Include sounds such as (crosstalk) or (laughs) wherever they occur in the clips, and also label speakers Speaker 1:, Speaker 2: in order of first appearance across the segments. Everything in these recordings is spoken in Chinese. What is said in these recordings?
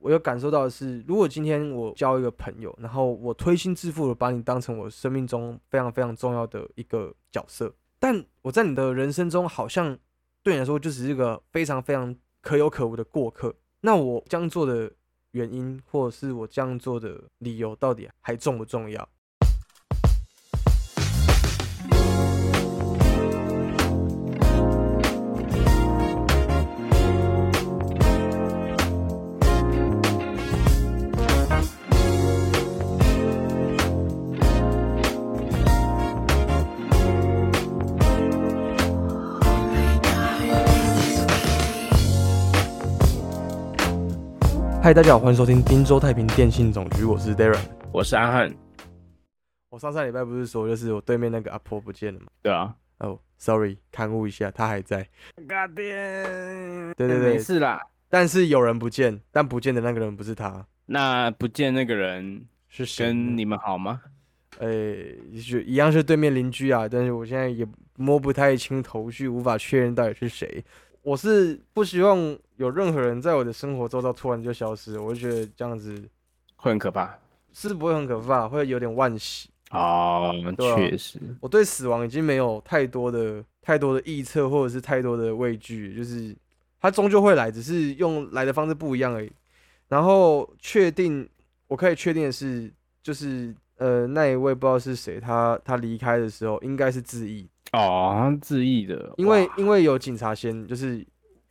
Speaker 1: 我有感受到的是，如果今天我交一个朋友，然后我推心置腹的把你当成我生命中非常非常重要的一个角色，但我在你的人生中好像对你来说就只是一个非常非常可有可无的过客。那我这样做的原因，或者是我这样做的理由，到底还重不重要？嗨，大家好，欢迎收听汀州太平电信总局，我是 Darren。
Speaker 2: 我是阿汉，
Speaker 1: 我上上礼拜不是说，就是我对面那个阿婆不见了吗？
Speaker 2: 对啊。
Speaker 1: 哦、s o r r y 勘误一下，她还在，
Speaker 2: God damn！
Speaker 1: 对对对
Speaker 2: 没事啦。
Speaker 1: 但是有人不见，但不见的那个人不是她，
Speaker 2: 那不见那个人
Speaker 1: 是谁呢？
Speaker 2: 跟你们好吗？
Speaker 1: 呃、就一样是对面邻居啊，但是我现在也摸不太清头绪，无法确认到底是谁。我是不希望有任何人在我的生活周遭突然就消失，我就觉得这样子
Speaker 2: 会很可怕
Speaker 1: 是不会很可怕，会有点惋惜。
Speaker 2: 哦，
Speaker 1: 对啊
Speaker 2: 确实。
Speaker 1: 我对死亡已经没有太多的太多的臆测，或者是太多的畏惧，就是它终究会来，只是用来的方式不一样而已。然后确定，我可以确定的是，就是呃，那一位不知道是谁，他他离开的时候应该是自缢，
Speaker 2: 哦，他自缢的，
Speaker 1: 因为
Speaker 2: 哇
Speaker 1: 因为有警察先，就是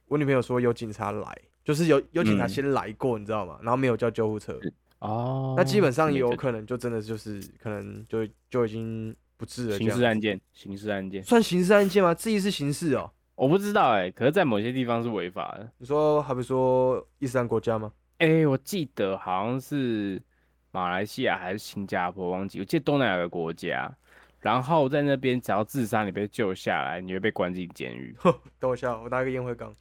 Speaker 1: 我女朋友说有警察来，就是有有警察
Speaker 2: 嗯
Speaker 1: 先来过，你知道吗？然后没有叫救护车，
Speaker 2: 哦，
Speaker 1: 那基本上有
Speaker 2: 能
Speaker 1: 可能就真的就是可能就就已经不治了这
Speaker 2: 刑
Speaker 1: 样
Speaker 2: 事。案件，刑事案件，
Speaker 1: 算刑事案件吗？自缢是刑事哦。
Speaker 2: 我不知道哎、可是在某些地方是违法的。
Speaker 1: 你说，还比说伊斯兰国家 (laughs) 吗？
Speaker 2: 哎、我记得好像是马来西亚还是新加坡，忘记，我记得东南亚有个国家。然后在那边，只要自杀，你被救下来，你会被关进监狱。
Speaker 1: 等我一下，我拿一个烟灰缸。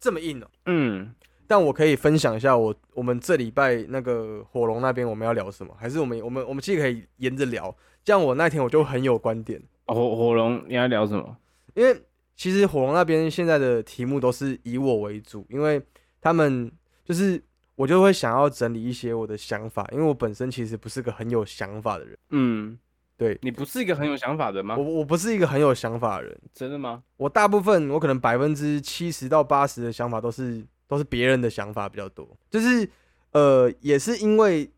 Speaker 1: 这么硬哦、
Speaker 2: 嗯，
Speaker 1: 但我可以分享一下我我们这礼拜那个火龙那边我们要聊什么，还是我们我们我们其实可以沿着聊，这样我那天我就很有观点，
Speaker 2: 哦火火龙，你要聊什么？
Speaker 1: 因为其实火龙那边现在的题目都是以我为主，因为他们就是我就会想要整理一些我的想法，因为我本身其实不是个很有想法的人，
Speaker 2: 嗯，
Speaker 1: 对
Speaker 2: 你不是一个很有想法的吗
Speaker 1: 我？我不是一个很有想法的人。
Speaker 2: 真的吗？
Speaker 1: 我大部分我可能百分之七十到八十的想法都是都是别人的想法比较多，就是呃，也是因为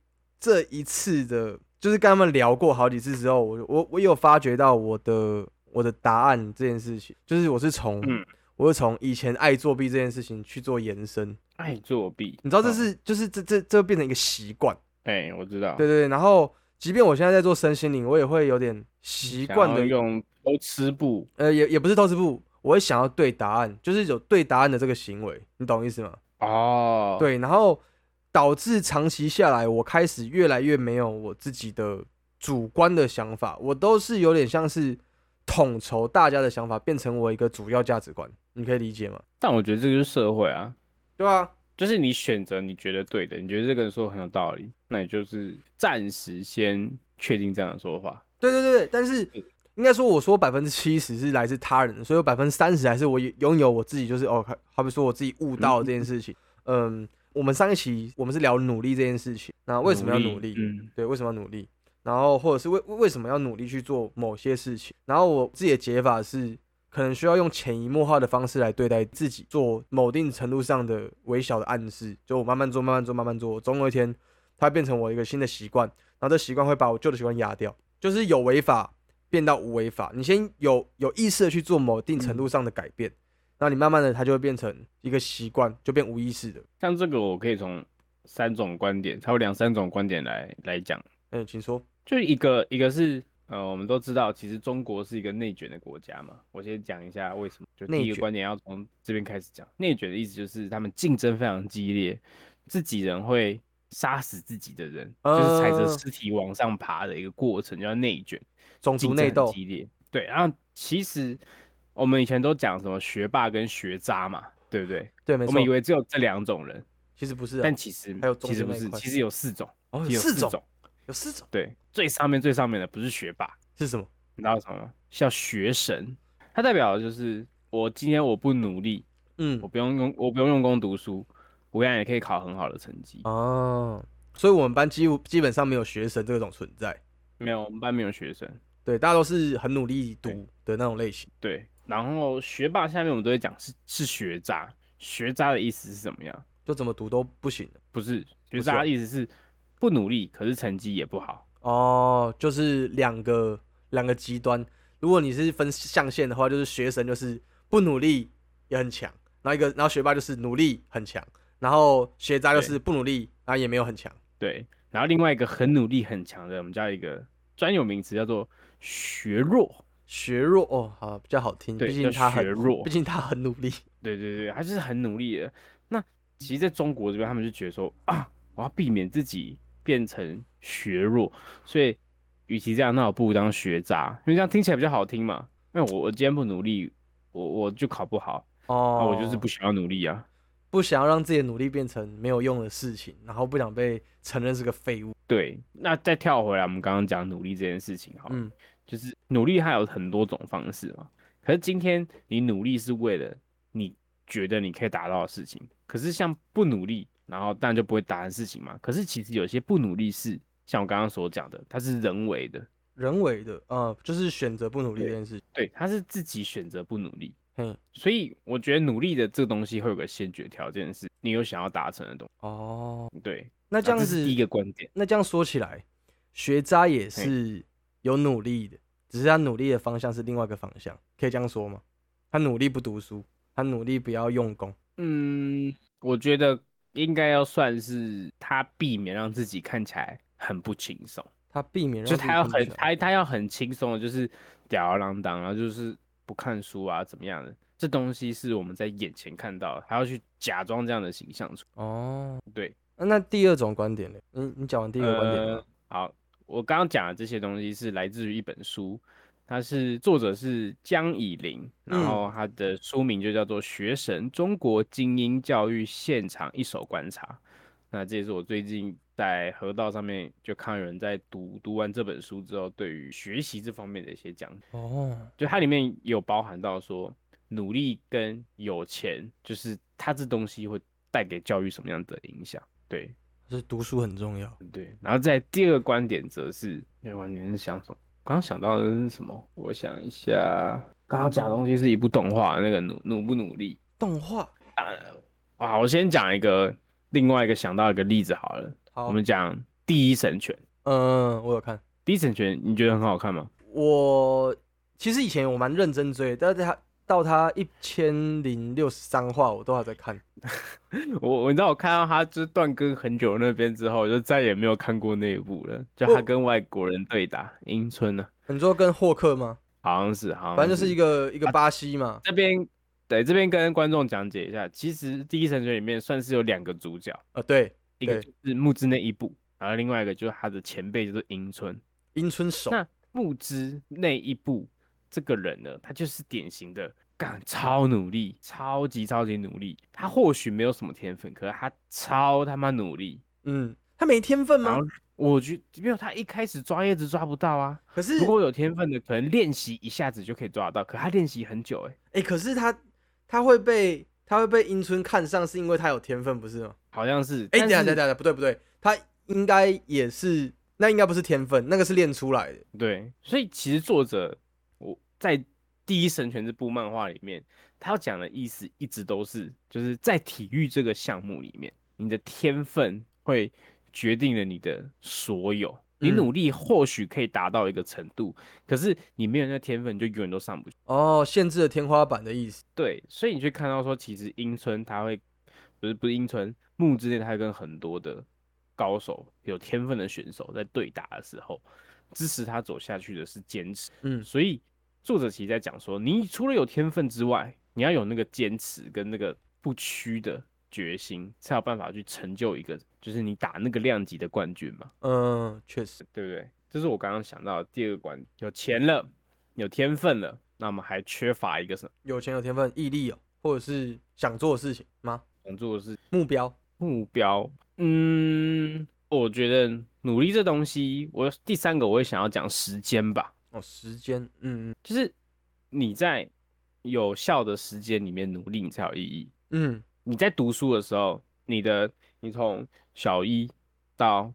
Speaker 1: 这一次的，就是跟他们聊过好几次之后，我我我有发觉到我的我的答案这件事情，就是我是从、
Speaker 2: 嗯
Speaker 1: 我是从以前爱作弊这件事情去做延伸，
Speaker 2: 爱作弊，
Speaker 1: 哎你知道这
Speaker 2: 嗯
Speaker 1: 是、就是这这这变成一个习惯，
Speaker 2: 哎、我知道，
Speaker 1: 对对对，然后即便我现在在做身心灵，我也会有点习
Speaker 2: 想
Speaker 1: 惯
Speaker 2: 要
Speaker 1: 的
Speaker 2: 用偷吃布，
Speaker 1: 呃，也也不是偷吃布，我会想要对答案，就是有对答案的这个行为，你懂意思吗？
Speaker 2: 哦，，
Speaker 1: 对，然后导致长期下来，我开始越来越没有我自己的主观的想法，我都是有点像是统筹大家的想法，变成我一个主要价值观，你可以理解吗？
Speaker 2: 但我觉得这就是社会啊，
Speaker 1: 对啊，
Speaker 2: 就是你选择你觉得对的，你觉得这个人说很有道理，那你就是暂时先确定这样的说法。
Speaker 1: 对对对，对但是应该说，我说百分之七十是来自他人，所以有百分之三十还是我也拥有我自己，就是哦，好好比说我自己悟到这件事情。嗯，我们上一期我们是聊努力这件事情，那为什么要努力？
Speaker 2: 嗯，
Speaker 1: 对，为什么要努力？然后或者是为为为什么要努力去做某些事情？然后我自己的解法是，可能需要用潜移默化的方式来对待自己，做某定程度上的微小的暗示，就我慢慢做，慢慢做，慢慢做，总有一天它变成我一个新的习惯，然后这习惯会把我旧的习惯压掉，就是有违法变到无违法，你先有有意识的去做某定程
Speaker 2: 嗯
Speaker 1: 度上的改变，然后你慢慢的它就会变成一个习惯，就变无意识的。
Speaker 2: 像这个我可以从三种观点，差不多两三种观点来来讲。
Speaker 1: 哎、请说。
Speaker 2: 就一个一个是呃，我们都知道，其实中国是一个内卷的国家嘛。我先讲一下为什么。就第
Speaker 1: 内
Speaker 2: 一个
Speaker 1: 卷
Speaker 2: 观点要从这边开始讲，内卷的意思就是他们竞争非常激烈，自己人会杀死自己的人，就是踩着
Speaker 1: 呃
Speaker 2: 尸体往上爬的一个过程，叫内卷。
Speaker 1: 种
Speaker 2: 竞
Speaker 1: 族
Speaker 2: 争
Speaker 1: 内
Speaker 2: 很
Speaker 1: 斗，
Speaker 2: 激烈。对，然后其实我们以前都讲什么学霸跟学渣嘛，对不对？
Speaker 1: 对，没
Speaker 2: 我
Speaker 1: 错
Speaker 2: 们，以为只有这两种人，
Speaker 1: 其实不是、啊，
Speaker 2: 但其实
Speaker 1: 还有中
Speaker 2: 其实
Speaker 1: 间
Speaker 2: 不
Speaker 1: 那一
Speaker 2: 是，
Speaker 1: 块
Speaker 2: 其实有四种，
Speaker 1: 哦，
Speaker 2: 其
Speaker 1: 有
Speaker 2: 实有
Speaker 1: 四种，
Speaker 2: 种。
Speaker 1: 有四种
Speaker 2: 对，最上面最上面的不是学霸，
Speaker 1: 是什么？
Speaker 2: 你知道什么吗？叫学神，它代表的就是我今天我不努力，
Speaker 1: 嗯
Speaker 2: 我，不用用我不用用功读书，我跟你讲，也可以考很好的成绩。
Speaker 1: 哦，所以我们班几乎基本上没有学神这种存在，
Speaker 2: 没有，我们班没有学生。
Speaker 1: 对，大家都是很努力读
Speaker 2: 对
Speaker 1: 的那种类型。
Speaker 2: 对，然后学霸下面我们都会讲是是学渣，学渣的意思是怎么样？
Speaker 1: 就怎么读都不行了
Speaker 2: 不是学
Speaker 1: 是哦
Speaker 2: 渣的意思是不努力，可是成绩也不好。
Speaker 1: 哦，就是两个两个极端。如果你是分象限的话，就是学神就是不努力也很强，然后一个然后学霸就是努力很强，然后学渣就是不努力，然后也没有很强。
Speaker 2: 对，然后另外一个很努力很强的，我们叫一个专有名词叫做学弱。
Speaker 1: 学弱哦，好比较好听，
Speaker 2: 对
Speaker 1: 毕
Speaker 2: 叫
Speaker 1: 竟他很
Speaker 2: 学弱
Speaker 1: 毕竟他很努力。
Speaker 2: 对对对，他就是很努力的。那其实在中国这边，他们就觉得说啊，我要避免自己变成学弱，所以与其这样，那我不如当学渣，因为这样听起来比较好听嘛。因为我我今天不努力，我我就考不好，那、
Speaker 1: 哦，
Speaker 2: 我就是不想要努力啊。
Speaker 1: 不想要让自己的努力变成没有用的事情，然后不想被承认是个废物。
Speaker 2: 对，那再跳回来，我们刚刚讲努力这件事情好了，
Speaker 1: 嗯，
Speaker 2: 就是努力它有很多种方式嘛。可是今天你努力是为了你觉得你可以达到的事情，可是像不努力，然后当然就不会达成事情嘛。可是其实有些不努力是像我刚刚所讲的，它是人为的，
Speaker 1: 人为的，呃，就是选择不努力这
Speaker 2: 对
Speaker 1: 件事。
Speaker 2: 对，它是自己选择不努力。
Speaker 1: 嗯，
Speaker 2: 所以我觉得努力的这个东西会有个先决条件是，你有想要达成的东
Speaker 1: 哦，
Speaker 2: 西。对，
Speaker 1: 那
Speaker 2: 那
Speaker 1: 这样
Speaker 2: 啊是
Speaker 1: 子，
Speaker 2: 第一个观点。
Speaker 1: 那这样说起来，学渣也是有努力的，只是他努力的方向是另外一个方向，可以这样说吗？他努力不读书，他努力不要用功。
Speaker 2: 嗯，我觉得应该要算是他避免让自己看起来很不轻松，
Speaker 1: 他避免让
Speaker 2: 就
Speaker 1: 自己
Speaker 2: 他要
Speaker 1: 看不
Speaker 2: 很
Speaker 1: 起来
Speaker 2: 他他要很轻松的，就是吊儿郎当，然后就是不看书啊怎么样的，这东西是我们在眼前看到的，他要去假装这样的形象出
Speaker 1: 哦、
Speaker 2: 对。
Speaker 1: 啊那第二种观点呢？你你讲完第一个观点啊了
Speaker 2: 呃，好，我刚刚讲的这些东西是来自于一本书，它是作者是江以玲，然
Speaker 1: 嗯
Speaker 2: 后它的书名就叫做《学神：中国精英教育现场一手观察》。那这也是我最近在河道上面就看到有人在读读完这本书之后，对于学习这方面的一些讲解
Speaker 1: 哦，
Speaker 2: 就它里面有包含到说，努力跟有钱，就是它这东西会带给教育什么样的影响？对，
Speaker 1: 就是读书很重要。
Speaker 2: 对，然后在第二个观点则是，那完全是想什么？刚想到的是什么？我想一下，刚刚讲的东西是一部动画，那个努努不努力
Speaker 1: 动画
Speaker 2: 啊？我先讲一个另外一个想到一个例子好了，
Speaker 1: 好，
Speaker 2: 我们讲《第一神拳》。《
Speaker 1: 嗯，我有看。
Speaker 2: 第一神拳》你觉得很好看吗？
Speaker 1: 我其实以前我蛮认真追，但是他到他一千零六十三话，我都还在看。
Speaker 2: 我我你知道我看到他就是断更很久那边之后，我就再也没有看过那一部了，就他
Speaker 1: 哦
Speaker 2: 跟外国人对打，英村呢、
Speaker 1: 你说跟霍克吗？
Speaker 2: 好像是，好像
Speaker 1: 反正就是一
Speaker 2: 个。
Speaker 1: 个一个巴西嘛。
Speaker 2: 这边对这边跟观众讲解一下，其实《第一神拳》里面算是有两个主角，
Speaker 1: 呃，对，
Speaker 2: 一个
Speaker 1: 对
Speaker 2: 就是木之内一部，然后另外一个就是他的前辈就是樱村。
Speaker 1: 樱村守。
Speaker 2: 那木之内一部这个人呢，他就是典型的干超努力，超级超级努力。他或许没有什么天分，可是他超他妈努力。
Speaker 1: 嗯，他没天分
Speaker 2: 然
Speaker 1: 吗
Speaker 2: 后？我觉得没有他一开始抓叶子抓不到啊，
Speaker 1: 可是，
Speaker 2: 如
Speaker 1: 哎、
Speaker 2: 果有天分的，可能练习一下子就可以抓得到，可他练习很久哎、
Speaker 1: 可是他他会被他会被樱村看上，是因为他有天分，不是吗？
Speaker 2: 好像是。
Speaker 1: 哎、
Speaker 2: 但
Speaker 1: 等一下
Speaker 2: 是
Speaker 1: 等一下等一下，不对不对，他应该也是，那应该不是天分，那个是练出来的。
Speaker 2: 对，所以其实作者我在《第一神拳》这部漫画里面，他要讲的意思一直都是，就是在体育这个项目里面，你的天分会决定了你的所有。你
Speaker 1: 嗯
Speaker 2: 努力或许可以达到一个程度，可是你没有那天分，你就永远都上不去。
Speaker 1: 哦，限制了天花板的意思。
Speaker 2: 对，所以你去看到说，其实樱村他会，不是不是樱村木之内，他会跟很多的高手有天分的选手在对打的时候，支持他走下去的是坚持。
Speaker 1: 嗯
Speaker 2: 所以作者其实在讲说，你除了有天分之外，你要有那个坚持跟那个不屈的决心，才有办法去成就一个，就是你打那个量级的冠军嘛，
Speaker 1: 嗯，确实。
Speaker 2: 对不对？这是我刚刚想到的第二个观点，有钱了，有天分了，那么还缺乏一个什么？
Speaker 1: 有钱有天分、毅力哦，或者是想做的事情吗？
Speaker 2: 想做的是
Speaker 1: 目标
Speaker 2: 目标，嗯，我觉得努力这东西，我第三个我也想要讲时间吧，
Speaker 1: 哦，时间，嗯
Speaker 2: 就是你在有效的时间里面努力，你才有意义。
Speaker 1: 嗯
Speaker 2: 你在读书的时候，你的你从小一到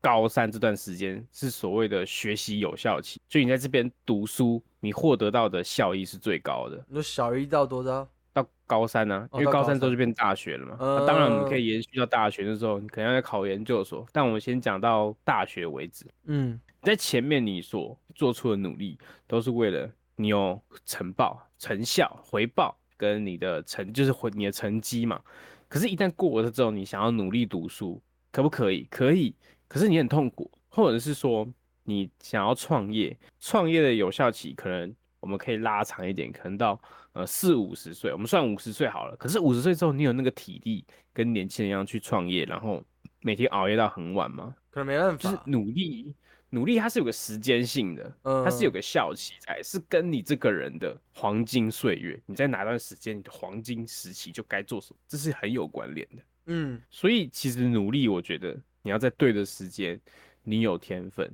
Speaker 2: 高三这段时间是所谓的学习有效期，所以你在这边读书，你获得到的效益是最高的。
Speaker 1: 你说小一到多少？
Speaker 2: 到高三呢、
Speaker 1: 哦
Speaker 2: 因为
Speaker 1: 到
Speaker 2: 高
Speaker 1: 高
Speaker 2: 三之后
Speaker 1: 三
Speaker 2: 就变大学了嘛。那当然，我们可
Speaker 1: 嗯
Speaker 2: 以延续到大学的时候，你可能要考研究所，但我们先讲到大学为止。
Speaker 1: 嗯，
Speaker 2: 在前面你所做出的努力，都是为了你有成报、成效、回报跟你的成，就是回你的成绩嘛。可是，一旦过了之后，你想要努力读书，可不可以？可以。可是你很痛苦，或者是说你想要创业，创业的有效期可能我们可以拉长一点，可能到呃四五十岁，我们算五十岁好了。可是五十岁之后，你有那个体力跟年轻人一样去创业，然后每天熬夜到很晚吗？
Speaker 1: 可能没办
Speaker 2: 就是
Speaker 1: 法。
Speaker 2: 努力，努力它是有个时间性的，它是有
Speaker 1: 嗯
Speaker 2: 个效期在，是跟你这个人的黄金岁月，你在哪段时间你的黄金时期就该做什么，这是很有关联的。
Speaker 1: 嗯，
Speaker 2: 所以其实努力，我觉得你要在对的时间，你有天分，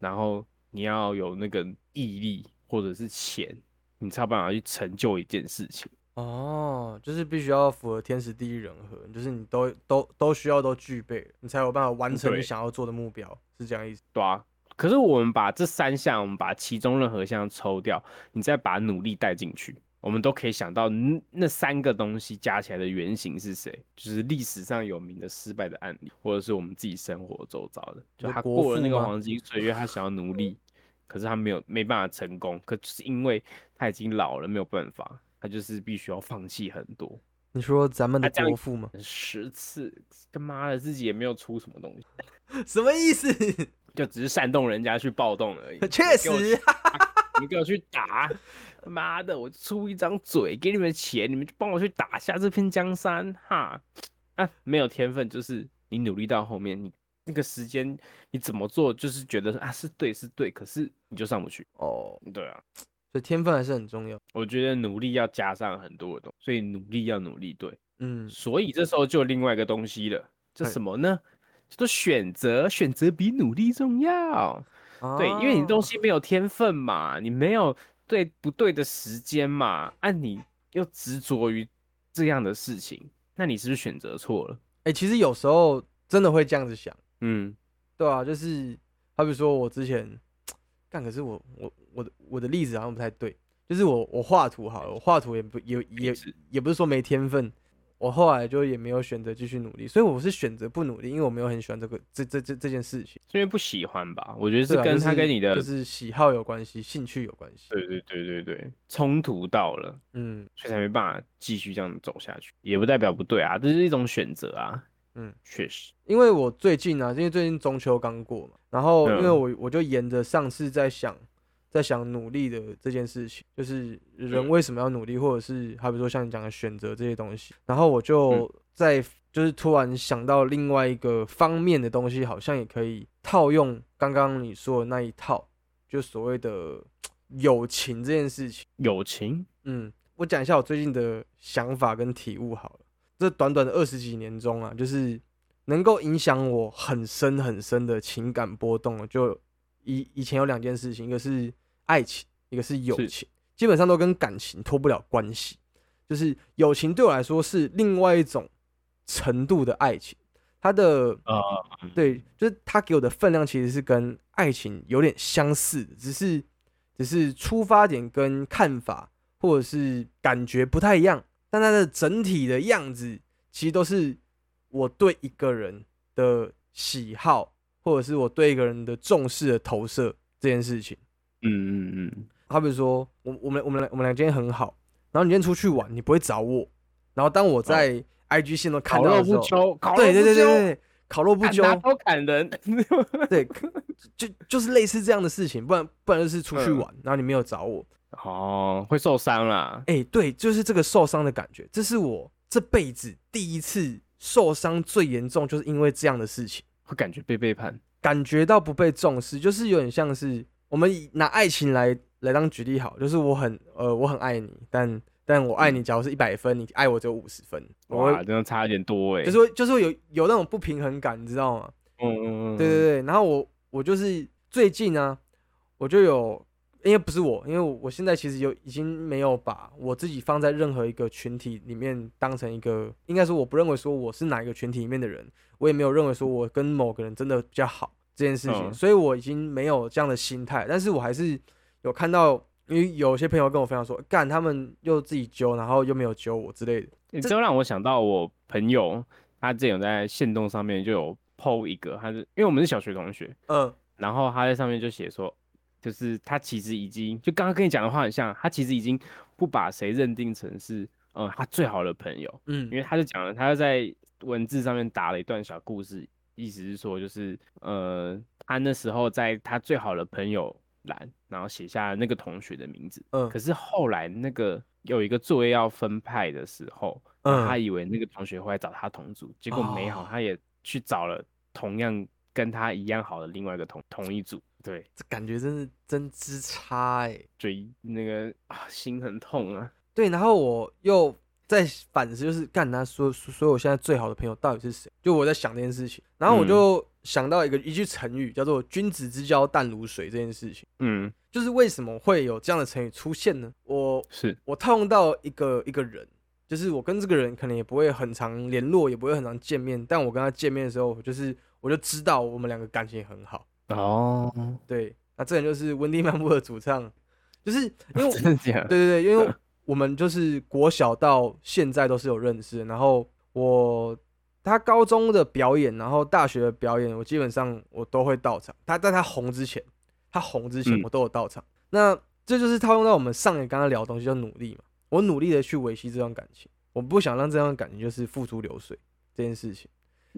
Speaker 2: 然后你要有那个毅力或者是钱，你才有办法去成就一件事情。
Speaker 1: 哦，就是必须要符合天时地利人和，就是你都都都需要都具备，你才有办法完成
Speaker 2: 对
Speaker 1: 你想要做的目标，是这样意思？
Speaker 2: 对啊。可是我们把这三项，我们把其中任何一项抽掉，你再把努力带进去，我们都可以想到嗯那三个东西加起来的原型是谁，就是历史上有名的失败的案例，或者是我们自己生活周遭的，
Speaker 1: 你
Speaker 2: 就
Speaker 1: 说
Speaker 2: 他
Speaker 1: 国
Speaker 2: 过了那
Speaker 1: 父
Speaker 2: 个
Speaker 1: 吗
Speaker 2: 黄金岁月，他想要努力，可是他没有没办法成功，可就是因为他已经老了，没有办法，他就是必须要放弃很多，
Speaker 1: 你说咱们
Speaker 2: 啊
Speaker 1: 的
Speaker 2: 这样
Speaker 1: 国父吗？
Speaker 2: 十次，他妈的自己也没有出什么东
Speaker 1: (laughs)
Speaker 2: 西，
Speaker 1: 什么意思？，
Speaker 2: 就只是煽动人家去暴动而已
Speaker 1: (laughs) 确
Speaker 2: 你给我
Speaker 1: 实，啊
Speaker 2: 你给我去打！妈的，我出一张嘴给你们钱，你们就帮我去打下这片江山哈！啊，没有天分就是你努力到后面，你那个时间你怎么做，就是觉得啊是对是对，可是你就上不去。
Speaker 1: 哦，
Speaker 2: 对啊，
Speaker 1: 所以天分还是很重要。
Speaker 2: 我觉得努力要加上很多的东西，所以努力要努力对。
Speaker 1: 嗯，
Speaker 2: 所以这时候就有另外一个东西了，这
Speaker 1: 嗨
Speaker 2: 什么呢？叫做选择，选择比努力重要。对，因为你东
Speaker 1: 啊
Speaker 2: 西没有天分嘛，你没有对不对的时间嘛，按、你又执着于这样的事情，那你是不是选择错了？
Speaker 1: 哎、其实有时候真的会这样子想，
Speaker 2: 嗯，
Speaker 1: 对啊，就是好比说我之前干，可是我我我的我的例子好像不太对，就是我我画图好了，我画图也不也也
Speaker 2: 是
Speaker 1: 也不是说没天分，我后来就也没有选择继续努力，所以我是选择不努力，因为我没有很喜欢这个这这这这件事情，
Speaker 2: 是因为不喜欢吧？我觉得是
Speaker 1: 对啊
Speaker 2: 跟
Speaker 1: 就
Speaker 2: 他跟
Speaker 1: 是
Speaker 2: 你的、
Speaker 1: 就是喜好有关系，兴趣有关系，
Speaker 2: 对对对对对冲突到了，
Speaker 1: 嗯
Speaker 2: 所以才没办法继续这样走下去，也不代表不对啊，这是一种选择啊。
Speaker 1: 嗯，
Speaker 2: 确实，
Speaker 1: 因为我最近啊，因为最近中秋刚过嘛，然后因为
Speaker 2: 嗯
Speaker 1: 我我就沿着上次在想，在想努力的这件事情，就是人
Speaker 2: 嗯
Speaker 1: 为什么要努力，或者是好比说像你讲的选择这些东西，然后我就在就是突然想到另外一个方面的东西，好像也可以套用刚刚你说的那一套，就所谓的友情这件事情。
Speaker 2: 友情
Speaker 1: 嗯，我讲一下我最近的想法跟体悟好了。这短短的二十几年中啊，就是能够影响我很深很深的情感波动的，就以以前有两件事情，一个是爱情，一个是友
Speaker 2: 是
Speaker 1: 情，基本上都跟感情脱不了关系。就是友情对我来说是另外一种程度的爱情，它的
Speaker 2: 啊，
Speaker 1: 对，就是他给我的分量其实是跟爱情有点相似的，只是只是出发点跟看法或者是感觉不太一样，但它的整体的样子其实都是我对一个人的喜好，或者是我对一个人的重视的投射这件事情。
Speaker 2: 嗯嗯嗯，
Speaker 1: 好比说，我我们我们俩我们俩今天很好，然后你今天出去玩，你不会找我，然后当我在 IG 线都看
Speaker 2: 烤
Speaker 1: 到
Speaker 2: 肉
Speaker 1: 的时
Speaker 2: 不
Speaker 1: 候，
Speaker 2: 揪，哦烤肉
Speaker 1: 对对
Speaker 2: 不
Speaker 1: 对对
Speaker 2: 揪
Speaker 1: 对，烤肉不
Speaker 2: 砍
Speaker 1: 揪，
Speaker 2: 拿刀砍人， (laughs)
Speaker 1: 对， (laughs) 就就是类似这样的事情，不然不然就是出去
Speaker 2: 嗯
Speaker 1: 玩，然后你没有找我，
Speaker 2: 哦，会受伤啦。
Speaker 1: 哎、对，就是这个受伤的感觉，这是我这辈子第一次受伤最严重，就是因为这样的事情，
Speaker 2: 会感觉被背叛。
Speaker 1: 感觉到不被重视，就是有点像是我们以拿爱情来来当举例好，就是我很呃我很爱你，但但我爱你，假如是一百分，你爱我只有五十分，我
Speaker 2: 哇，
Speaker 1: 会
Speaker 2: 真的差一点多哎、
Speaker 1: 就是会就是会有有那种不平衡感，你知道吗？
Speaker 2: 嗯嗯嗯，
Speaker 1: 对对对，然后我我就是最近呢、我就有因为不是我，因为我我现在其实有已经没有把我自己放在任何一个群体里面当成一个，应该说我不认为说我是哪一个群体里面的人，我也没有认为说我跟某个人真的比较好这件事情，
Speaker 2: 嗯
Speaker 1: 所以我已经没有这样的心态，但是我还是有看到，因为有些朋友跟我分享说，干他们又自己揪，然后又没有揪我之类的，
Speaker 2: 你这让我想到我朋友，他之前有在线动上面就有 PO 一个，他是因为我们是小学同学，
Speaker 1: 嗯
Speaker 2: 然后他在上面就写说，就是他其实已经就刚刚跟你讲的话很像，他其实已经不把谁认定成是呃他最好的朋友，因
Speaker 1: 嗯
Speaker 2: 为他就讲了，他就在文字上面打了一段小故事，意思是说就是呃他那时候在他最好的朋友栏，然后写下那个同学的名字，
Speaker 1: 嗯
Speaker 2: 可是后来那个有一个作业要分派的时候，他
Speaker 1: 嗯，
Speaker 2: 以为那个同学会来找他同组，结果没好，
Speaker 1: 哦
Speaker 2: 他也去找了同样跟他一样好的另外一个同同一组，对，
Speaker 1: 这感觉真是真之差哎、
Speaker 2: 追那个啊心很痛啊，
Speaker 1: 对，然后我又在反思，就是干他说说，所以我现在最好的朋友到底是谁？就我在想这件事情，然后我
Speaker 2: 嗯
Speaker 1: 就想到一个一句成语，叫做“君子之交淡如水”这件事情，
Speaker 2: 嗯，
Speaker 1: 就是为什么会有这样的成语出现呢？我
Speaker 2: 是，
Speaker 1: 我套用到一个一个人，就是我跟这个人可能也不会很常联络，也不会很常见面，但我跟他见面的时候，就是我就知道我们两个感情很好。
Speaker 2: 哦，
Speaker 1: 对，那这个人就是温蒂漫步的主唱，就是因为我
Speaker 2: 真的假的？
Speaker 1: 对对对，因为我们就是国小到现在都是有认识的，然后我他高中的表演，然后大学的表演，我基本上我都会到场。他在他红之前，他红之前
Speaker 2: 嗯
Speaker 1: 我都有到场。那这就是套用到我们上一个刚刚聊的东西，叫努力嘛。我努力的去维系这段感情，我不想让这段感情就是付诸流水这件事情，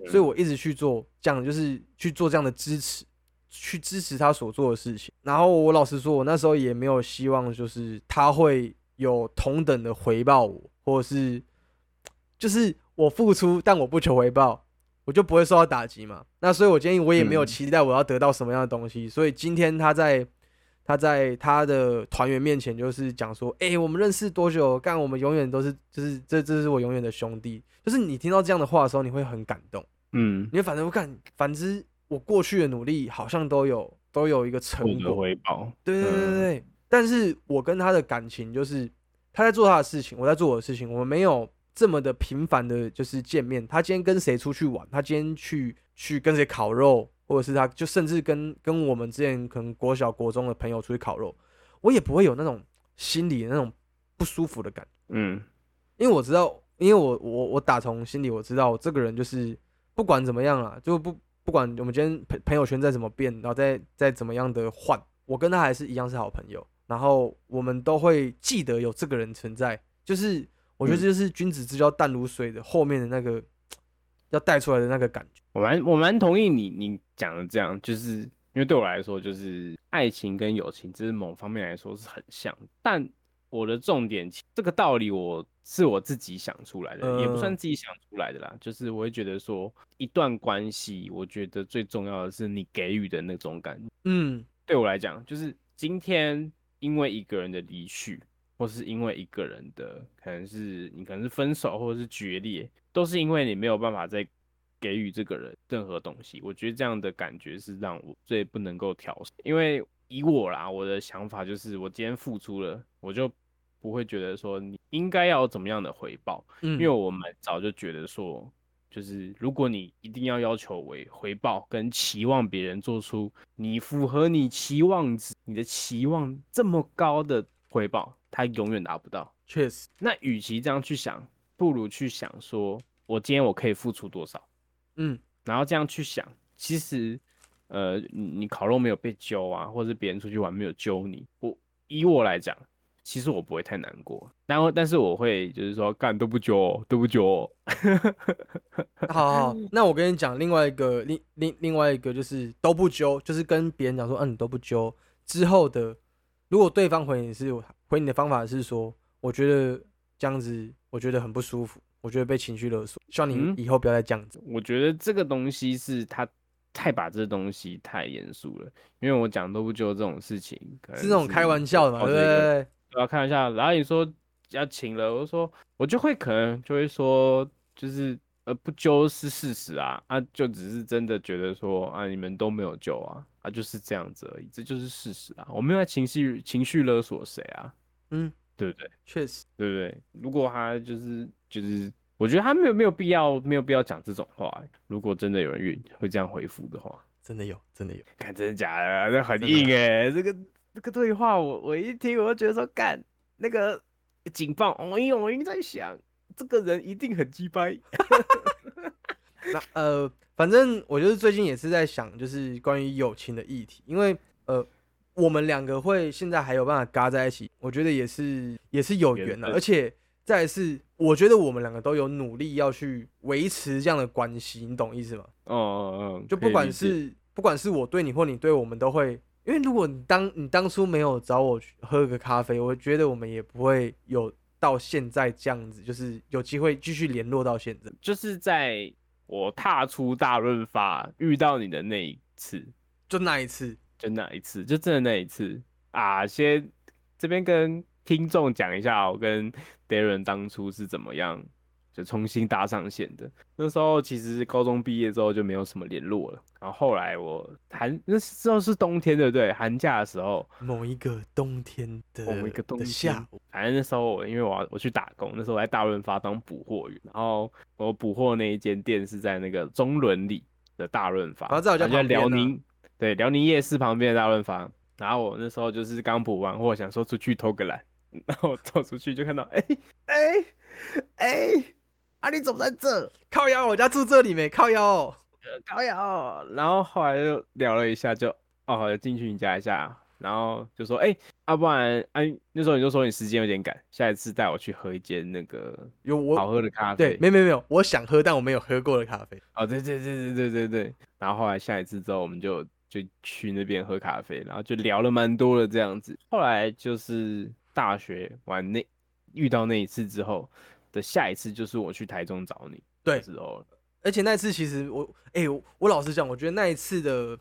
Speaker 1: 所以我一直去做这样，就是去做这样的支持。去支持他所做的事情。然后我老实说，我那时候也没有希望，就是他会有同等的回报我，或者是就是我付出，但我不求回报，我就不会受到打击嘛。那所以，我今天我也没有
Speaker 2: 嗯
Speaker 1: 期待我要得到什么样的东西。所以今天他在。他在他的团员面前就是讲说，哎、我们认识多久？干，我们永远都是，就是这，这是我永远的兄弟。就是你听到这样的话的时候，你会很感动。
Speaker 2: 嗯，
Speaker 1: 你会反正我看，反之我过去的努力好像都有都有一个成
Speaker 2: 获得
Speaker 1: 果，
Speaker 2: 回嗯报，
Speaker 1: 对对对对对。但是我跟他的感情就是他在做他的事情，我在做我的事情，我们没有这么的频繁的，就是见面。他今天跟谁出去玩，他今天去去跟谁烤肉，或者是他就甚至跟跟我们之前可能国小国中的朋友出去烤肉，我也不会有那种心里那种不舒服的感觉。
Speaker 2: 嗯
Speaker 1: 因为我知道，因为我我我打从心里我知道，这个人就是不管怎么样啦，就不不管我们今天朋朋友圈再怎么变，然后再再怎么样的换，我跟他还是一样是好朋友，然后我们都会记得有这个人存在，就是我觉得
Speaker 2: 嗯
Speaker 1: 这就是君子之交淡如水的后面的那个要带出来的那个感觉，
Speaker 2: 我蛮我蛮同意你你讲的这样，就是因为对我来说，就是爱情跟友情，这是某方面来说是很像，但我的重点其这个道理我是我自己想出来的，也不算
Speaker 1: 嗯
Speaker 2: 自己想出来的啦，就是我会觉得说，一段关系，我觉得最重要的是你给予的那种感觉。
Speaker 1: 嗯
Speaker 2: 对我来讲，就是今天因为一个人的离去，或是因为一个人的可能是你可能是分手或者是决裂，都是因为你没有办法再给予这个人任何东西。我觉得这样的感觉是让我最不能够调试，因为以我啦，我的想法就是我今天付出了，我就不会觉得说你应该要有怎么样的回报，
Speaker 1: 嗯，
Speaker 2: 因为我们早就觉得说，就是如果你一定要要求为回报跟期望别人做出你符合你期望值、你的期望这么高的回报，他永远达不到。
Speaker 1: 确实，
Speaker 2: 那与其这样去想，不如去想说，我今天我可以付出多少，
Speaker 1: 嗯
Speaker 2: 然后这样去想，其实，呃，你你烤肉没有被揪啊，或者别人出去玩没有揪你，我以我来讲，其实我不会太难过，然后但是我会就是说，干都不揪、哦，都不揪、哦， (laughs)
Speaker 1: (laughs) 好好好，那我跟你讲另外一个另另另外一个就是都不揪，就是跟别人讲说，嗯、你都不揪之后的，如果对方回你是回你的方法是说，我觉得这样子，我觉得很不舒服，我觉得被情绪勒索，希望你
Speaker 2: 嗯
Speaker 1: 以后不要再这样子。
Speaker 2: 我觉得这个东西是他太把这东西太严肃了，因为我讲都不揪这种事情，可能
Speaker 1: 是那种开玩笑的嘛，
Speaker 2: 抱
Speaker 1: 对
Speaker 2: 着
Speaker 1: 不
Speaker 2: 一个
Speaker 1: 对？
Speaker 2: 对啊，开玩笑。然后你说要请了，我就说我就会可能就会说，就是呃不揪是事实啊，啊就只是真的觉得说啊你们都没有救啊，啊就是这样子而已，这就是事实啊，我没有在情绪情绪勒索谁啊，
Speaker 1: 嗯，
Speaker 2: 对不对？
Speaker 1: 确实，
Speaker 2: 对不对？如果他就是就是，我觉得他没有没有必要没有必要讲这种话欸、如果真的有人愿会这样回复的话，
Speaker 1: 真的有，真的有。
Speaker 2: 看真的假的啊，这很
Speaker 1: 真的
Speaker 2: 硬哎、这个这个对话我我一听我就觉得说干那个警报，我一我一在想，这个人一定很鸡掰。
Speaker 1: 那呃，反正我就是最近也是在想，就是关于友情的议题，因为呃，我们两个会现在还有办法嘎在一起，我觉得也是也是有
Speaker 2: 缘
Speaker 1: 缘的，啊
Speaker 2: 分
Speaker 1: 而且再来是我觉得我们两个都有努力要去维持这样的关系，你懂意思吗？
Speaker 2: 哦，
Speaker 1: 就
Speaker 2: 可以
Speaker 1: 不
Speaker 2: 理
Speaker 1: 管
Speaker 2: 解
Speaker 1: 是不管是我对你或你对我们都会，因为如果你当你当初没有找我去喝个咖啡，我觉得我们也不会有到现在这样子，就是有机会继续联络到现在。
Speaker 2: 就是在我踏出大润发遇到你的那一次，
Speaker 1: 就那一次，
Speaker 2: 就那一次，就真的那一次啊！先这边跟听众讲一下，我哦跟 Darren 当初是怎么样就重新搭上线的。那时候其实高中毕业之后就没有什么联络了，然后后来我寒那时候是冬天对不对？寒假的时候，
Speaker 1: 某一个冬天的
Speaker 2: 某一个冬
Speaker 1: 的
Speaker 2: 天
Speaker 1: 下午，
Speaker 2: 反正那时候我因为我要我去打工，那时候我在大润发当补货员，然后我补货那一间店是在那个中伦里的大润发，
Speaker 1: 啊在我家
Speaker 2: 然后就
Speaker 1: 旁边
Speaker 2: 辽
Speaker 1: 啊
Speaker 2: 宁，对，辽宁夜市旁边的大润发。然后我那时候就是刚补完货，想说出去偷个懒， (laughs) 然后我走出去就看到，哎哎哎，啊你怎么在这？
Speaker 1: 靠腰，我家住这里没靠腰哦、
Speaker 2: 高瑶，然后后来就聊了一下就，哦进去你家一下，然后就说哎，要、啊、不然哎、那时候你就说你时间有点赶，下一次带我去喝一间那个
Speaker 1: 有
Speaker 2: 好
Speaker 1: 我
Speaker 2: 喝的咖啡。
Speaker 1: 对，没没没有，我想喝但我没有喝过的咖啡，
Speaker 2: 哦对对对对对对对。然后后来下一次之后，我们就就去那边喝咖啡，然后就聊了蛮多的这样子。后来就是大学玩那遇到那一次之后的下一次，就是我去台中找你
Speaker 1: 对
Speaker 2: 之后，
Speaker 1: 而且那次其实我，哎、我我老实讲，我觉得那一次的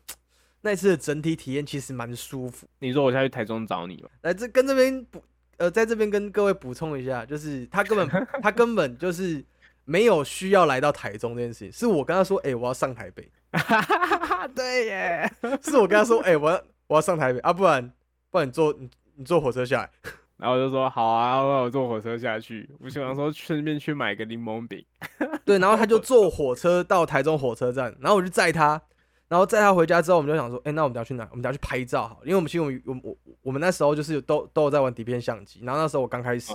Speaker 1: 那一次的整体体验其实蛮舒服。
Speaker 2: 你说我下去台中找你嘛？
Speaker 1: 来这跟这边补呃，在这边跟各位补充一下，就是他根
Speaker 2: (laughs)
Speaker 1: 本他根本就是没有需要来到台中这件事情，是我跟他说，哎、我要上台北，
Speaker 2: 哈哈哈， (laughs) 对耶。
Speaker 1: 是我跟他说，哎、我要我要上台北啊，不然不然你坐你你坐火车下来，
Speaker 2: 然后我就说好啊，那我坐火车下去。我想说顺便去买个柠檬饼。
Speaker 1: 对，然后他就坐火车到台中火车站，然后我就载他。然后载他回家之后，我们就想说，哎、那我们等下去哪？我们等下去拍照好了，因为我们其实我们我们我我们那时候就是有都都有在玩底片相机，然后那时候我刚开始，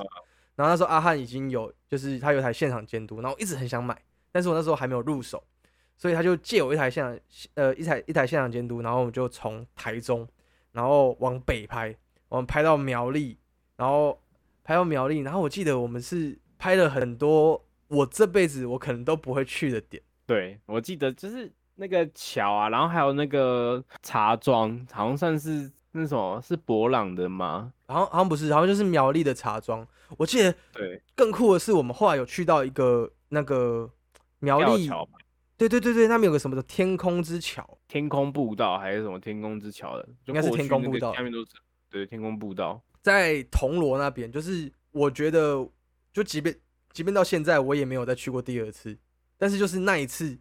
Speaker 1: 然后那时候阿汉已经有，就是他有一台现场监督，然后我一直很想买，但是我那时候还没有入手，所以他就借我一台现场，呃，一台一台现场监督，然后我们就从台中，然后往北拍，我们拍到苗栗，然后拍到苗栗，然后我记得我们是拍了很多我这辈子我可能都不会去的点，
Speaker 2: 对，我记得就是那个桥啊，然后还有那个茶庄，好像算是那什么是博朗的吗？
Speaker 1: 好像好像不是，好像就是苗栗的茶庄，我记得
Speaker 2: 对，
Speaker 1: 更酷的是我们后来有去到一个那个苗
Speaker 2: 吊
Speaker 1: 栗，
Speaker 2: 桥吧，
Speaker 1: 对对对对，那边有个什么的天空之桥。
Speaker 2: 天空步道还是什么天空之桥的？
Speaker 1: 应
Speaker 2: 就
Speaker 1: 该是
Speaker 2: 过
Speaker 1: 天
Speaker 2: 去
Speaker 1: 空
Speaker 2: 那
Speaker 1: 步
Speaker 2: 个
Speaker 1: 道
Speaker 2: 下面都是对天空步道。
Speaker 1: 在铜锣那边，就是我觉得，就即便即便到现在，我也没有再去过第二次。但是就是那一次，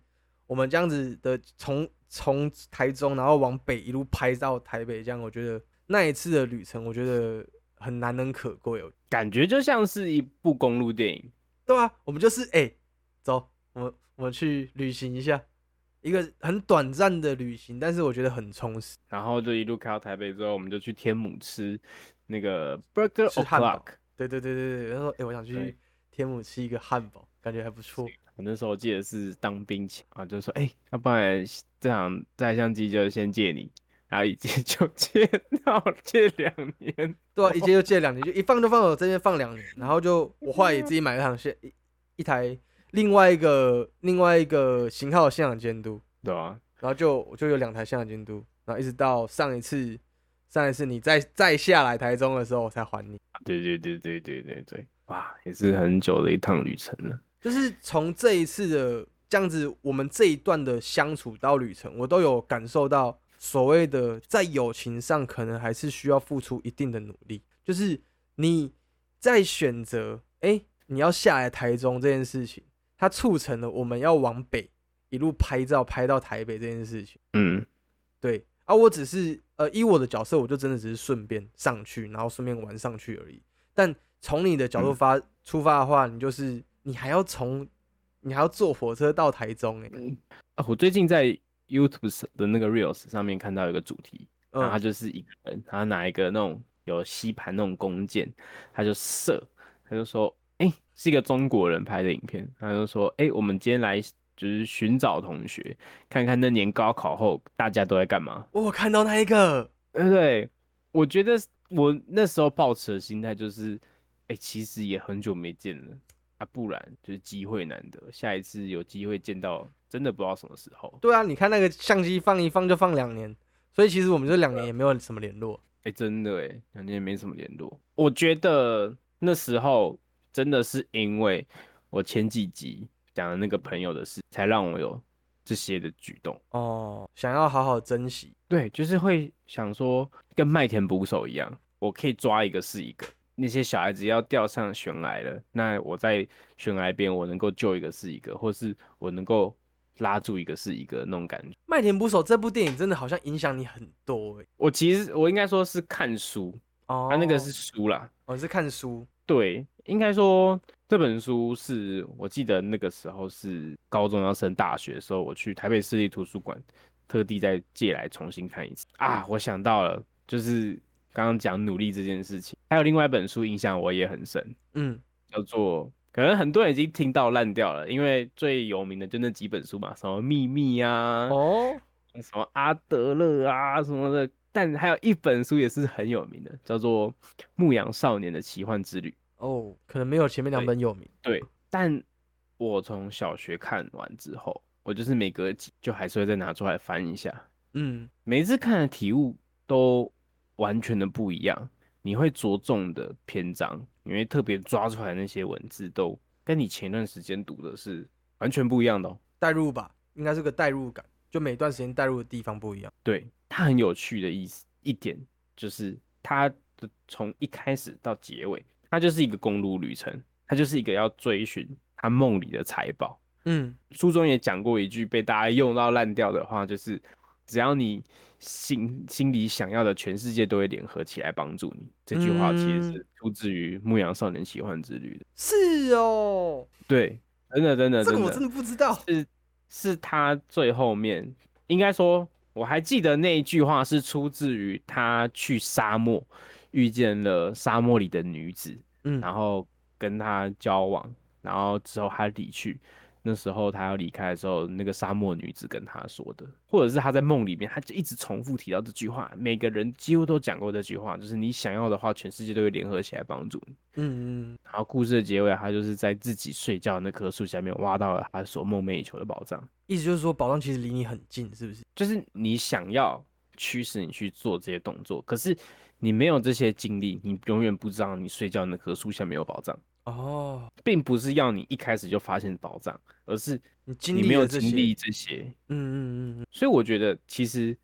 Speaker 1: 我们这样子的从从台中，然后往北一路拍到台北，这样我觉得那一次的旅程，我觉得很难能可贵哦。
Speaker 2: 感觉就像是一部公路电影，
Speaker 1: 对啊，我们就是哎、走，我们我们去旅行一下，一个很短暂的旅行，但是我觉得很充实。
Speaker 2: 然后就一路开到台北之后，我们就去天母吃那个 Burger
Speaker 1: 吃汉堡
Speaker 2: O'clock，
Speaker 1: 对对对对对，然后说哎、我想去
Speaker 2: 对
Speaker 1: 天母吃一个汉堡，感觉还不错。
Speaker 2: 我那时候记得是当兵前啊，就说哎，要、不然这场带相机就先借你，然后一借 (laughs) 就借到借两年，
Speaker 1: 对啊，一借就借两年，就一放就放我这边放两年，然后就我后来也自己买了趟线一一台另外一个另外一个型号的现场监督，
Speaker 2: 对啊，
Speaker 1: 然后就我就有两台现场监督，然后一直到上一次上一次你再再下来台中的时候我才还你，
Speaker 2: 对对对对对对对，哇，也是很久的一趟旅程了。
Speaker 1: 就是从这一次的这样子，我们这一段的相处到旅程，我都有感受到所谓的在友情上可能还是需要付出一定的努力，就是你在选择哎、诶你要下来台中这件事情，它它促成了我们要往北一路拍照拍到台北这件事情。
Speaker 2: 嗯
Speaker 1: 对，啊，我只是呃，以我的角色，我就真的只是顺便上去，然后顺便玩上去而已。但从你的角度
Speaker 2: 嗯
Speaker 1: 发、出发的话，你就是你还要从你还要坐火车到台中、欸，
Speaker 2: 啊，我最近在 YouTube 的那个 Reels 上面看到一个主题，然后他
Speaker 1: 嗯，
Speaker 2: 就是一个人，他拿一个那种有吸盘那种弓箭，他就射，他就说，哎、是一个中国人拍的影片，他就说，哎、我们今天来就是寻找同学，看看那年高考后大家都在干嘛，
Speaker 1: 我有看到那一个，
Speaker 2: 对不对？我觉得我那时候抱持的心态就是，哎、其实也很久没见了。啊，不然就是机会难得，下一次有机会见到，真的不知道什么时候。
Speaker 1: 对啊，你看那个相机放一放就放两年，所以其实我们这两年也没有什么联络。
Speaker 2: 哎、真的哎，两年没什么联络。我觉得那时候真的是因为我前几集讲的那个朋友的事，才让我有这些的举动。
Speaker 1: 哦，想要好好珍惜，
Speaker 2: 对，就是会想说，跟麦田捕手一样，我可以抓一个是一个。那些小孩子要掉上悬崖了，那我在悬崖边，我能够救一个是一个，或是我能够拉住一个是一个那种感觉。
Speaker 1: 《麦田捕手》这部电影真的好像影响你很多哎、
Speaker 2: 我其实我应该说是看书，啊
Speaker 1: 哦，
Speaker 2: 他、那个是书啦，
Speaker 1: 我、哦、是看书，
Speaker 2: 对，应该说这本书是我记得那个时候是高中要升大学的时候，我去台北市立图书馆特地再借来重新看一次啊。我想到了，就是刚刚讲努力这件事情，还有另外一本书影响我也很深，
Speaker 1: 嗯，
Speaker 2: 叫做可能很多人已经听到烂掉了，因为最有名的就那几本书嘛，什么秘密啊，
Speaker 1: 哦，
Speaker 2: 什么阿德勒啊什么的。但还有一本书也是很有名的，叫做《牧羊少年的奇幻之旅》。
Speaker 1: 哦，可能没有前面两
Speaker 2: 对
Speaker 1: 本有名，
Speaker 2: 对，但我从小学看完之后，我就是每隔几就还是会再拿出来翻一下，
Speaker 1: 嗯，
Speaker 2: 每一次看的体悟都完全的不一样。你会着重的篇章，你会特别抓出来那些文字，都跟你前段时间读的是完全不一样的哦。
Speaker 1: 代入吧，应该是个代入感，就每段时间代入的地方不一样。
Speaker 2: 对，它很有趣的意思一点就是它的从一开始到结尾，它就是一个公路旅程，它就是一个要追寻他梦里的财宝。
Speaker 1: 嗯，
Speaker 2: 书中也讲过一句被大家用到烂掉的话，就是只要你心心里想要的，全世界都会联合起来帮助你。这句话其实
Speaker 1: 嗯
Speaker 2: 是出自于《牧羊少年奇幻之旅》的。
Speaker 1: 是哦，
Speaker 2: 对，真的，真的，
Speaker 1: 这个
Speaker 2: 真
Speaker 1: 我
Speaker 2: 的
Speaker 1: 呃真的不知道。
Speaker 2: 是是他最后面，应该说我还记得那一句话是出自于他去沙漠遇见了沙漠里的女子，
Speaker 1: 嗯，
Speaker 2: 然后跟他交往，然后之后他离去。那时候他要离开的时候，那个沙漠女子跟他说的，或者是他在梦里面，他就一直重复提到这句话。每个人几乎都讲过这句话，就是你想要的话，全世界都会联合起来帮助你。
Speaker 1: 嗯嗯，
Speaker 2: 然后故事的结尾，他就是在自己睡觉的那棵树下面挖到了他所梦寐以求的宝藏，
Speaker 1: 意思就是说宝藏其实离你很近，是不是？
Speaker 2: 就是你想要驱使你去做这些动作，可是你没有这些经历，你永远不知道你睡觉那棵树下面有宝藏。
Speaker 1: 哦，
Speaker 2: 并不是要你一开始就发现宝藏，而是
Speaker 1: 你经
Speaker 2: 你
Speaker 1: 历
Speaker 2: 没有
Speaker 1: 了这
Speaker 2: 经
Speaker 1: 些
Speaker 2: 历这些。
Speaker 1: 嗯嗯嗯嗯，
Speaker 2: 所以我觉得，其实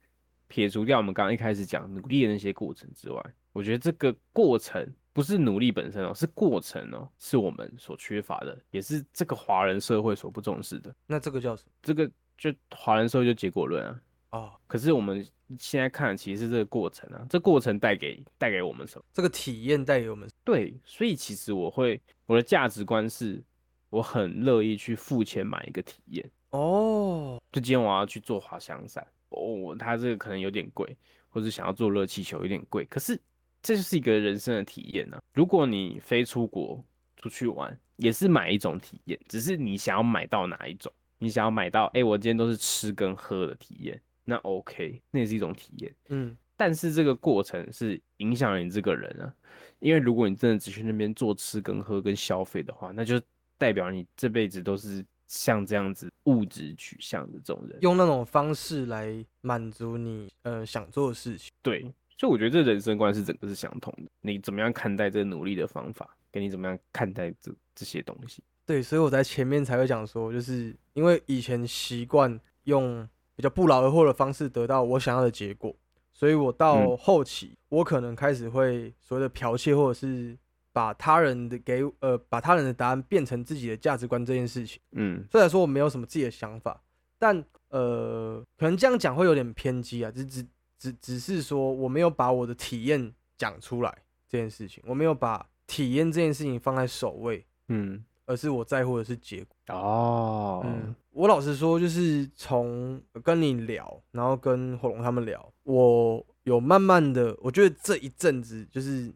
Speaker 2: 撇除掉我们刚刚一开始讲努力的那些过程之外，我觉得这个过程不是努力本身哦，是过程哦，是我们所缺乏的，也是这个华人社会所不重视的。
Speaker 1: 那这个叫什么？
Speaker 2: 这个就华人社会就结果论啊。
Speaker 1: 哦，
Speaker 2: 可是我们现在看，其实是这个过程啊，这过程带给带给我们什么？
Speaker 1: 这个体验带给我们，
Speaker 2: 对，所以其实我会我的价值观是，我很乐意去付钱买一个体验。
Speaker 1: 哦，
Speaker 2: 就今天我要去做滑翔伞，哦，它这个可能有点贵，或者想要做热气球有点贵，可是这就是一个人生的体验啊。如果你飞出国出去玩，也是买一种体验，只是你想要买到哪一种，你想要买到，哎、我今天都是吃跟喝的体验，那 OK，那也是一种体验。
Speaker 1: 嗯，
Speaker 2: 但是这个过程是影响了你这个人啊，因为如果你真的只去那边做吃跟喝跟消费的话，那就代表你这辈子都是像这样子物质取向的这种人。
Speaker 1: 用那种方式来满足你呃想做的事情。
Speaker 2: 对，所以我觉得这人生观是整个是相同的。你怎么样看待这个努力的方法，跟你怎么样看待这这些东西，
Speaker 1: 对，所以我在前面才会讲说，就是因为以前习惯用比较不劳而获的方式得到我想要的结果，所以我到
Speaker 2: 嗯
Speaker 1: 后期，我可能开始会所谓的剽窃或者是把他人的给呃把他人的答案变成自己的价值观这件事情。
Speaker 2: 嗯，
Speaker 1: 虽然说我没有什么自己的想法，但呃，可能这样讲会有点偏激啊，只只只只是说我没有把我的体验讲出来这件事情，我没有把体验这件事情放在首位，
Speaker 2: 嗯，
Speaker 1: 而是我在乎的是结果。
Speaker 2: 哦，
Speaker 1: 嗯，我老实说，就是从跟你聊，然后跟火龙他们聊，我有慢慢的，我觉得这一阵子就是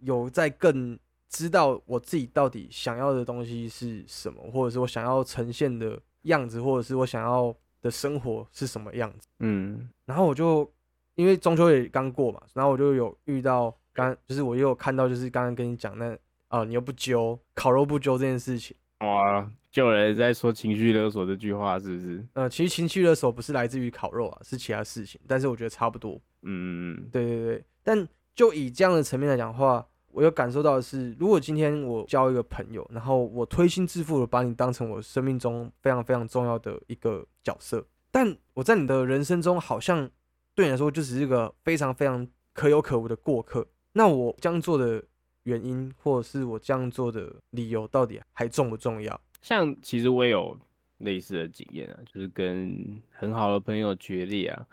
Speaker 1: 有在更知道我自己到底想要的东西是什么，或者是我想要呈现的样子，或者是我想要的生活是什么样子。
Speaker 2: 嗯，
Speaker 1: 然后我就因为中秋也刚过嘛，然后我就有遇到刚，就是我又有看到，就是刚刚跟你讲那啊、你又不揪烤肉不揪这件事情。
Speaker 2: 嗯哇，就有人在说情绪勒索这句话，是不是？
Speaker 1: 呃，其实情绪勒索不是来自于烤肉啊，是其他事情，但是我觉得差不多。
Speaker 2: 嗯嗯
Speaker 1: 对对对，但就以这样的层面来讲的话，我有感受到的是，如果今天我交一个朋友，然后我推心置腹的把你当成我生命中非常非常重要的一个角色，但我在你的人生中好像对你来说就只是一个非常非常可有可无的过客，那我这样做的原因，或者是我这样做的理由，到底还重不重要？ (laughs)
Speaker 2: 像其实我也有类似的经验啊，就是跟很好的朋友决裂啊，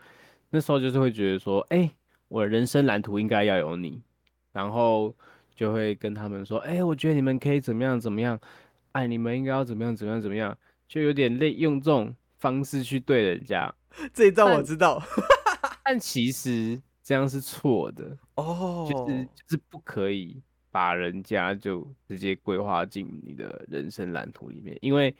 Speaker 2: 那时候就是会觉得说，哎、我的人生蓝图应该要有你，然后就会跟他们说，哎、我觉得你们可以怎么样怎么样，哎，你们应该要怎么样怎么样怎么样，就有点类用这种方式去对人家，
Speaker 1: 这一招我
Speaker 2: 但
Speaker 1: 知道
Speaker 2: 但其实这样是错的，
Speaker 1: 哦，
Speaker 2: 就是就是不可以把人家就直接规划进你的人生蓝图里面，因为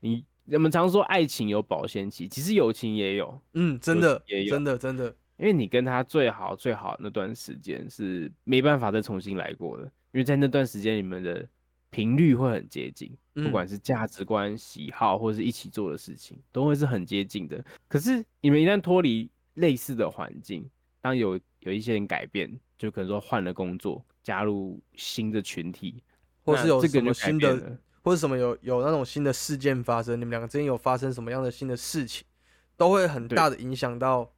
Speaker 2: 你我们常说爱情有保鲜期，其实友情也有，
Speaker 1: 嗯，真
Speaker 2: 有
Speaker 1: 的，
Speaker 2: 也有
Speaker 1: 真的，真的，
Speaker 2: 因为你跟他最好最好那段时间是没办法再重新来过的，因为在那段时间你们的频率会很接近，不
Speaker 1: 嗯
Speaker 2: 管是价值观、喜好或是一起做的事情，都会是很接近的。可是你们一旦脱离类似的环境，当有有一些人改变，就可能说换了工作，加入新的群体，
Speaker 1: 或
Speaker 2: 那
Speaker 1: 是有
Speaker 2: 这个
Speaker 1: 什
Speaker 2: 人
Speaker 1: 么
Speaker 2: 就改
Speaker 1: 新
Speaker 2: 变
Speaker 1: 的，
Speaker 2: 了。
Speaker 1: 或是什么有有那种新的事件发生，你们两个之间有发生什么样的新的事情，都会很
Speaker 2: 对
Speaker 1: 大的影响到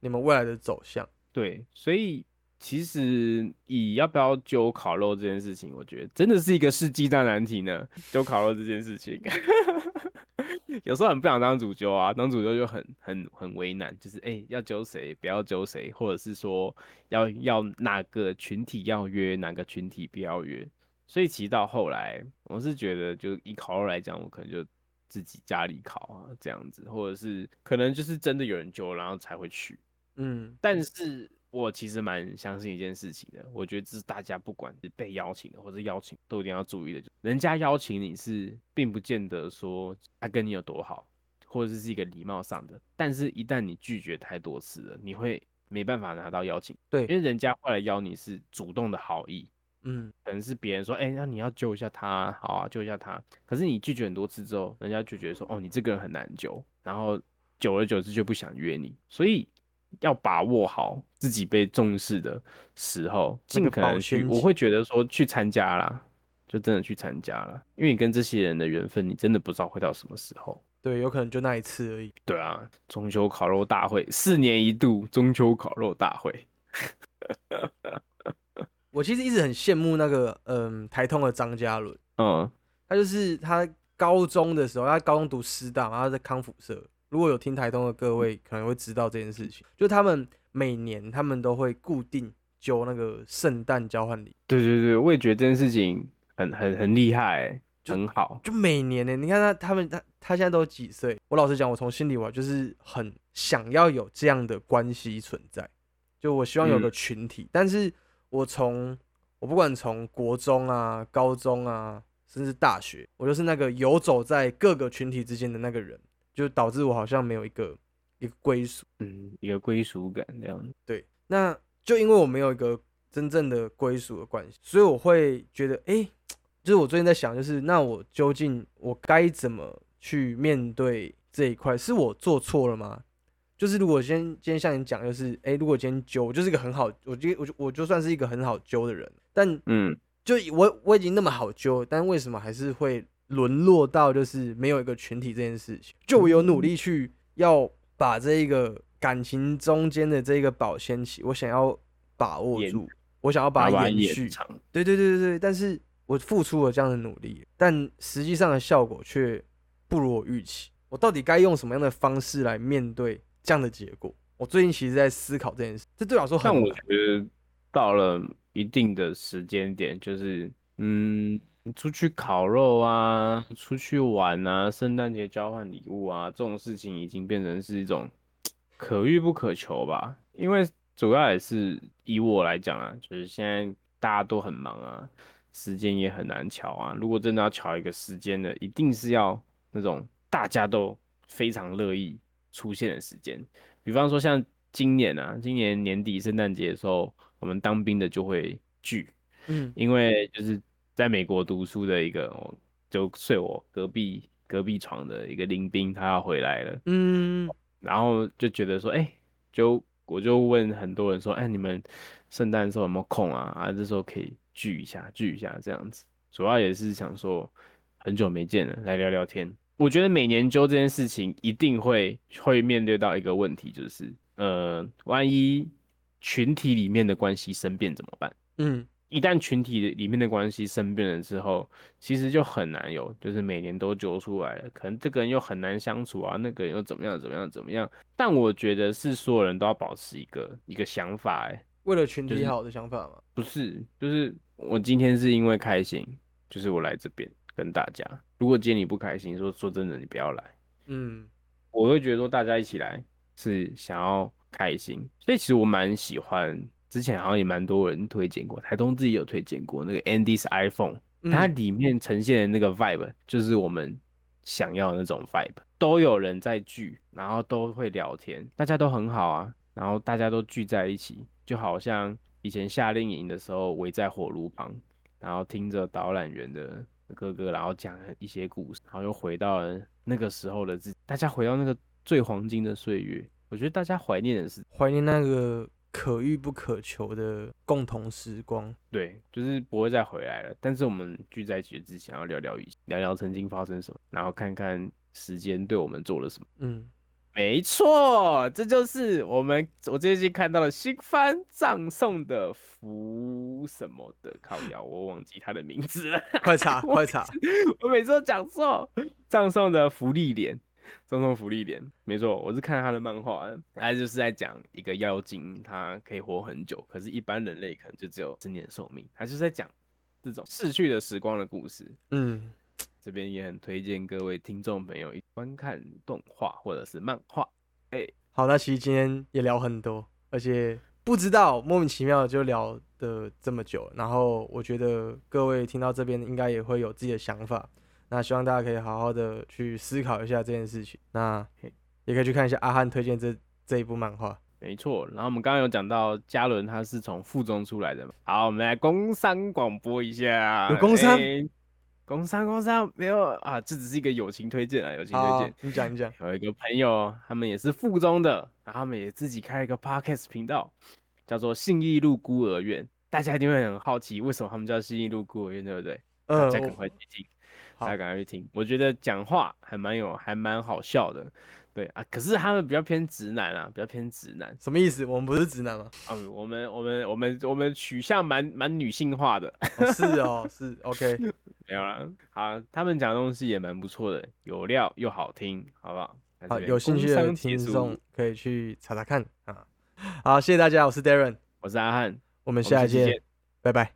Speaker 1: 你们未来的走向。
Speaker 2: 对，所以其实以要不要揪烤肉这件事情，我觉得真的是一个世纪大难题呢。揪烤肉这件事情， (laughs) 有时候很不想当主揪啊，当主揪就很很很为难，就是哎、要揪谁，不要揪谁，或者是说要要哪个群体要约，哪个群体不要约。所以其实到后来，我是觉得，就以烤肉来讲，我可能就自己家里烤啊，这样子，或者是可能就是真的有人揪，然后才会去。
Speaker 1: 嗯，
Speaker 2: 但是我其实蛮相信一件事情的，我觉得这是大家不管是被邀请的或者邀请，都一定要注意的。就人家邀请你是，并不见得说他跟你有多好，或者是一个礼貌上的。但是，一旦你拒绝太多次了，你会没办法拿到邀请，因
Speaker 1: 对，
Speaker 2: 为人家会来邀你是主动的好意，
Speaker 1: 嗯，
Speaker 2: 可能是别人说，哎、那你要救一下他，好啊，救一下他。可是你拒绝很多次之后，人家就觉得说，哦，你这个人很难救，然后久而久之就不想约你。所以要把握好自己被重视的时候，
Speaker 1: 那个
Speaker 2: 尽可能去。
Speaker 1: 保鲜期
Speaker 2: 我会觉得说去参加啦，就真的去参加啦，因为你跟这些人的缘分，你真的不知道会到什么时候。
Speaker 1: 对，有可能就那一次而已。
Speaker 2: 对啊，中秋烤肉大会，四年一度中秋烤肉大会。
Speaker 1: 我其实一直很羡慕那个，嗯，台通的张嘉伦，
Speaker 2: 嗯，
Speaker 1: 他就是他高中的时候，他高中读师大嘛，他在康复社。如果有听台通的各位，可能会知道这件事情，就他们每年他们都会固定揪那个圣诞交换礼。
Speaker 2: 对对对，我也觉得这件事情很很很厉害欸、
Speaker 1: 就
Speaker 2: 很好。
Speaker 1: 就每年呢、你看他他们他他现在都几岁？我老实讲，我从心里我就是很想要有这样的关系存在，就我希望有个群体。但是我从我不管从国中啊、高中啊，甚至大学，我就是那个游走在各个群体之间的那个人，就导致我好像没有一个一个归属。
Speaker 2: 嗯，一个归属感这样子。
Speaker 1: 对，那就因为我没有一个真正的归属的关系，所以我会觉得，诶，就是我最近在想，就是那我究竟我该怎么去面对这一块？是我做错了吗？就是如果今天今天像你讲，就是诶，如果今天揪，我就是一个很好，我就我就我就算是一个很好揪的人，但
Speaker 2: 嗯，
Speaker 1: 就以我我已经那么好揪，但为什么还是会沦落到就是没有一个群体这件事情？就我有努
Speaker 2: 嗯
Speaker 1: 力去要把这一个感情中间的这一个保鲜期，我想要把握
Speaker 2: 延
Speaker 1: 住，我想要把
Speaker 2: 然后
Speaker 1: 它
Speaker 2: 它
Speaker 1: 延续
Speaker 2: 延。长。
Speaker 1: 对对对对对，但是我付出了这样的努力，但实际上的效果却不如我预期。我到底该用什么样的方式来面对这样的结果？我最近其实在思考这件事，这对我来说很
Speaker 2: 但我
Speaker 1: 难
Speaker 2: 觉得到了一定的时间点，就是嗯，出去烤肉啊，出去玩啊，圣诞节交换礼物啊，这种事情已经变成是一种可遇不可求吧。因为主要也是以我来讲啊，就是现在大家都很忙啊，时间也很难瞧啊。如果真的要瞧一个时间的，一定是要那种大家都非常乐意出现的时间。比方说像今年啊，今年年底圣诞节的时候，我们当兵的就会聚，
Speaker 1: 嗯
Speaker 2: 因为就是在美国读书的一个，我就睡我隔壁隔壁床的一个林兵，他要回来了，
Speaker 1: 嗯，
Speaker 2: 然后就觉得说，哎、就我就问很多人说，哎、你们圣诞的时候有没有空啊？啊，这时候可以聚一下，聚一下这样子，主要也是想说很久没见了，来聊聊天。我觉得每年揪这件事情一定会会面对到一个问题，就是呃，万一群体里面的关系生变怎么办？
Speaker 1: 嗯
Speaker 2: 一旦群体里面的关系生变了之后，其实就很难有，就是每年都揪出来了，可能这个人又很难相处啊，那个人又怎么样怎么样怎么样。但我觉得是所有人都要保持一个一个想法、欸，
Speaker 1: 为了群体
Speaker 2: 是
Speaker 1: 好的想法嘛。
Speaker 2: 不是，就是我今天是因为开心，就是我来这边跟大家。如果今天你不开心，说说真的，你不要来。
Speaker 1: 嗯
Speaker 2: 我会觉得说大家一起来是想要开心，所以其实我蛮喜欢，之前好像也蛮多人推荐过，台东自己有推荐过那个 Andy's iPhone，
Speaker 1: 嗯
Speaker 2: 它里面呈现的那个 vibe 就是我们想要的那种 vibe，都有人在聚，然后都会聊天，大家都很好啊，然后大家都聚在一起，就好像以前夏令营的时候围在火炉旁，然后听着导览员的哥哥，然后讲一些故事，然后又回到了那个时候的自己，大家回到那个最黄金的岁月。我觉得大家怀念的是，
Speaker 1: 怀念那个可遇不可求的共同时光。
Speaker 2: 对，就是不会再回来了。但是我们聚在一起之前，要聊聊一聊聊曾经发生什么，然后看看时间对我们做了什么。
Speaker 1: 嗯，
Speaker 2: 没错，这就是我们我最近看到的新番葬送的福什么的靠腰，我忘记他的名字了。
Speaker 1: 快
Speaker 2: (laughs)
Speaker 1: 查
Speaker 2: 我
Speaker 1: 快查，
Speaker 2: 我每次都讲错。葬送的福利脸，葬送福利脸，没错，我是看他的漫画的，他就是在讲一个妖精，他可以活很久，可是一般人类可能就只有十年寿命，他就是在讲这种逝去的时光的故事。
Speaker 1: 嗯，
Speaker 2: 这边也很推荐各位听众朋友一观看动画或者是漫画。
Speaker 1: 好，那其实今天也聊很多，而且不知道莫名其妙就聊的这么久，然后我觉得各位听到这边应该也会有自己的想法，那希望大家可以好好的去思考一下这件事情，那
Speaker 2: 嘿
Speaker 1: 也可以去看一下阿汉推荐这这一部漫画。
Speaker 2: 没错，然后我们刚刚有讲到嘉伦他是从附中出来的嘛，好，我们来工商广播一下，
Speaker 1: 有工商
Speaker 2: 诶工商工商没有啊，这只是一个友情推荐啊，友情推
Speaker 1: 好
Speaker 2: 荐。，
Speaker 1: 你讲你
Speaker 2: (laughs)
Speaker 1: 讲，
Speaker 2: 有一个朋友，他们也是附中的，然后他们也自己开了一个 podcast 频道，叫做信义路孤儿院。大家一定会很好奇，为什么他们叫信义路孤儿院，对不对？
Speaker 1: 嗯
Speaker 2: 大家，赶
Speaker 1: 我
Speaker 2: 快去听，
Speaker 1: 好
Speaker 2: 大家赶快去听。我觉得讲话还蛮有，还蛮好笑的。对啊，可是他们比较偏直男啊，比较偏直男。
Speaker 1: 什么意思？我们不是直男吗？
Speaker 2: 嗯，我们我们我们我们取向蛮蛮女性化的， (laughs)
Speaker 1: 哦是哦，是 OK，
Speaker 2: 没有啦。好，他们讲的东西也蛮不错的，有料又好听，好不好？那这
Speaker 1: 好，
Speaker 2: 边
Speaker 1: 有兴趣
Speaker 2: 工
Speaker 1: 的
Speaker 2: 商结
Speaker 1: 听
Speaker 2: 束
Speaker 1: 众可以去查查看啊。好，谢谢大家，我是 Darren，
Speaker 2: 我是阿汉，
Speaker 1: 我们
Speaker 2: 我们
Speaker 1: 下
Speaker 2: 下
Speaker 1: 一
Speaker 2: 期见
Speaker 1: 见，拜拜。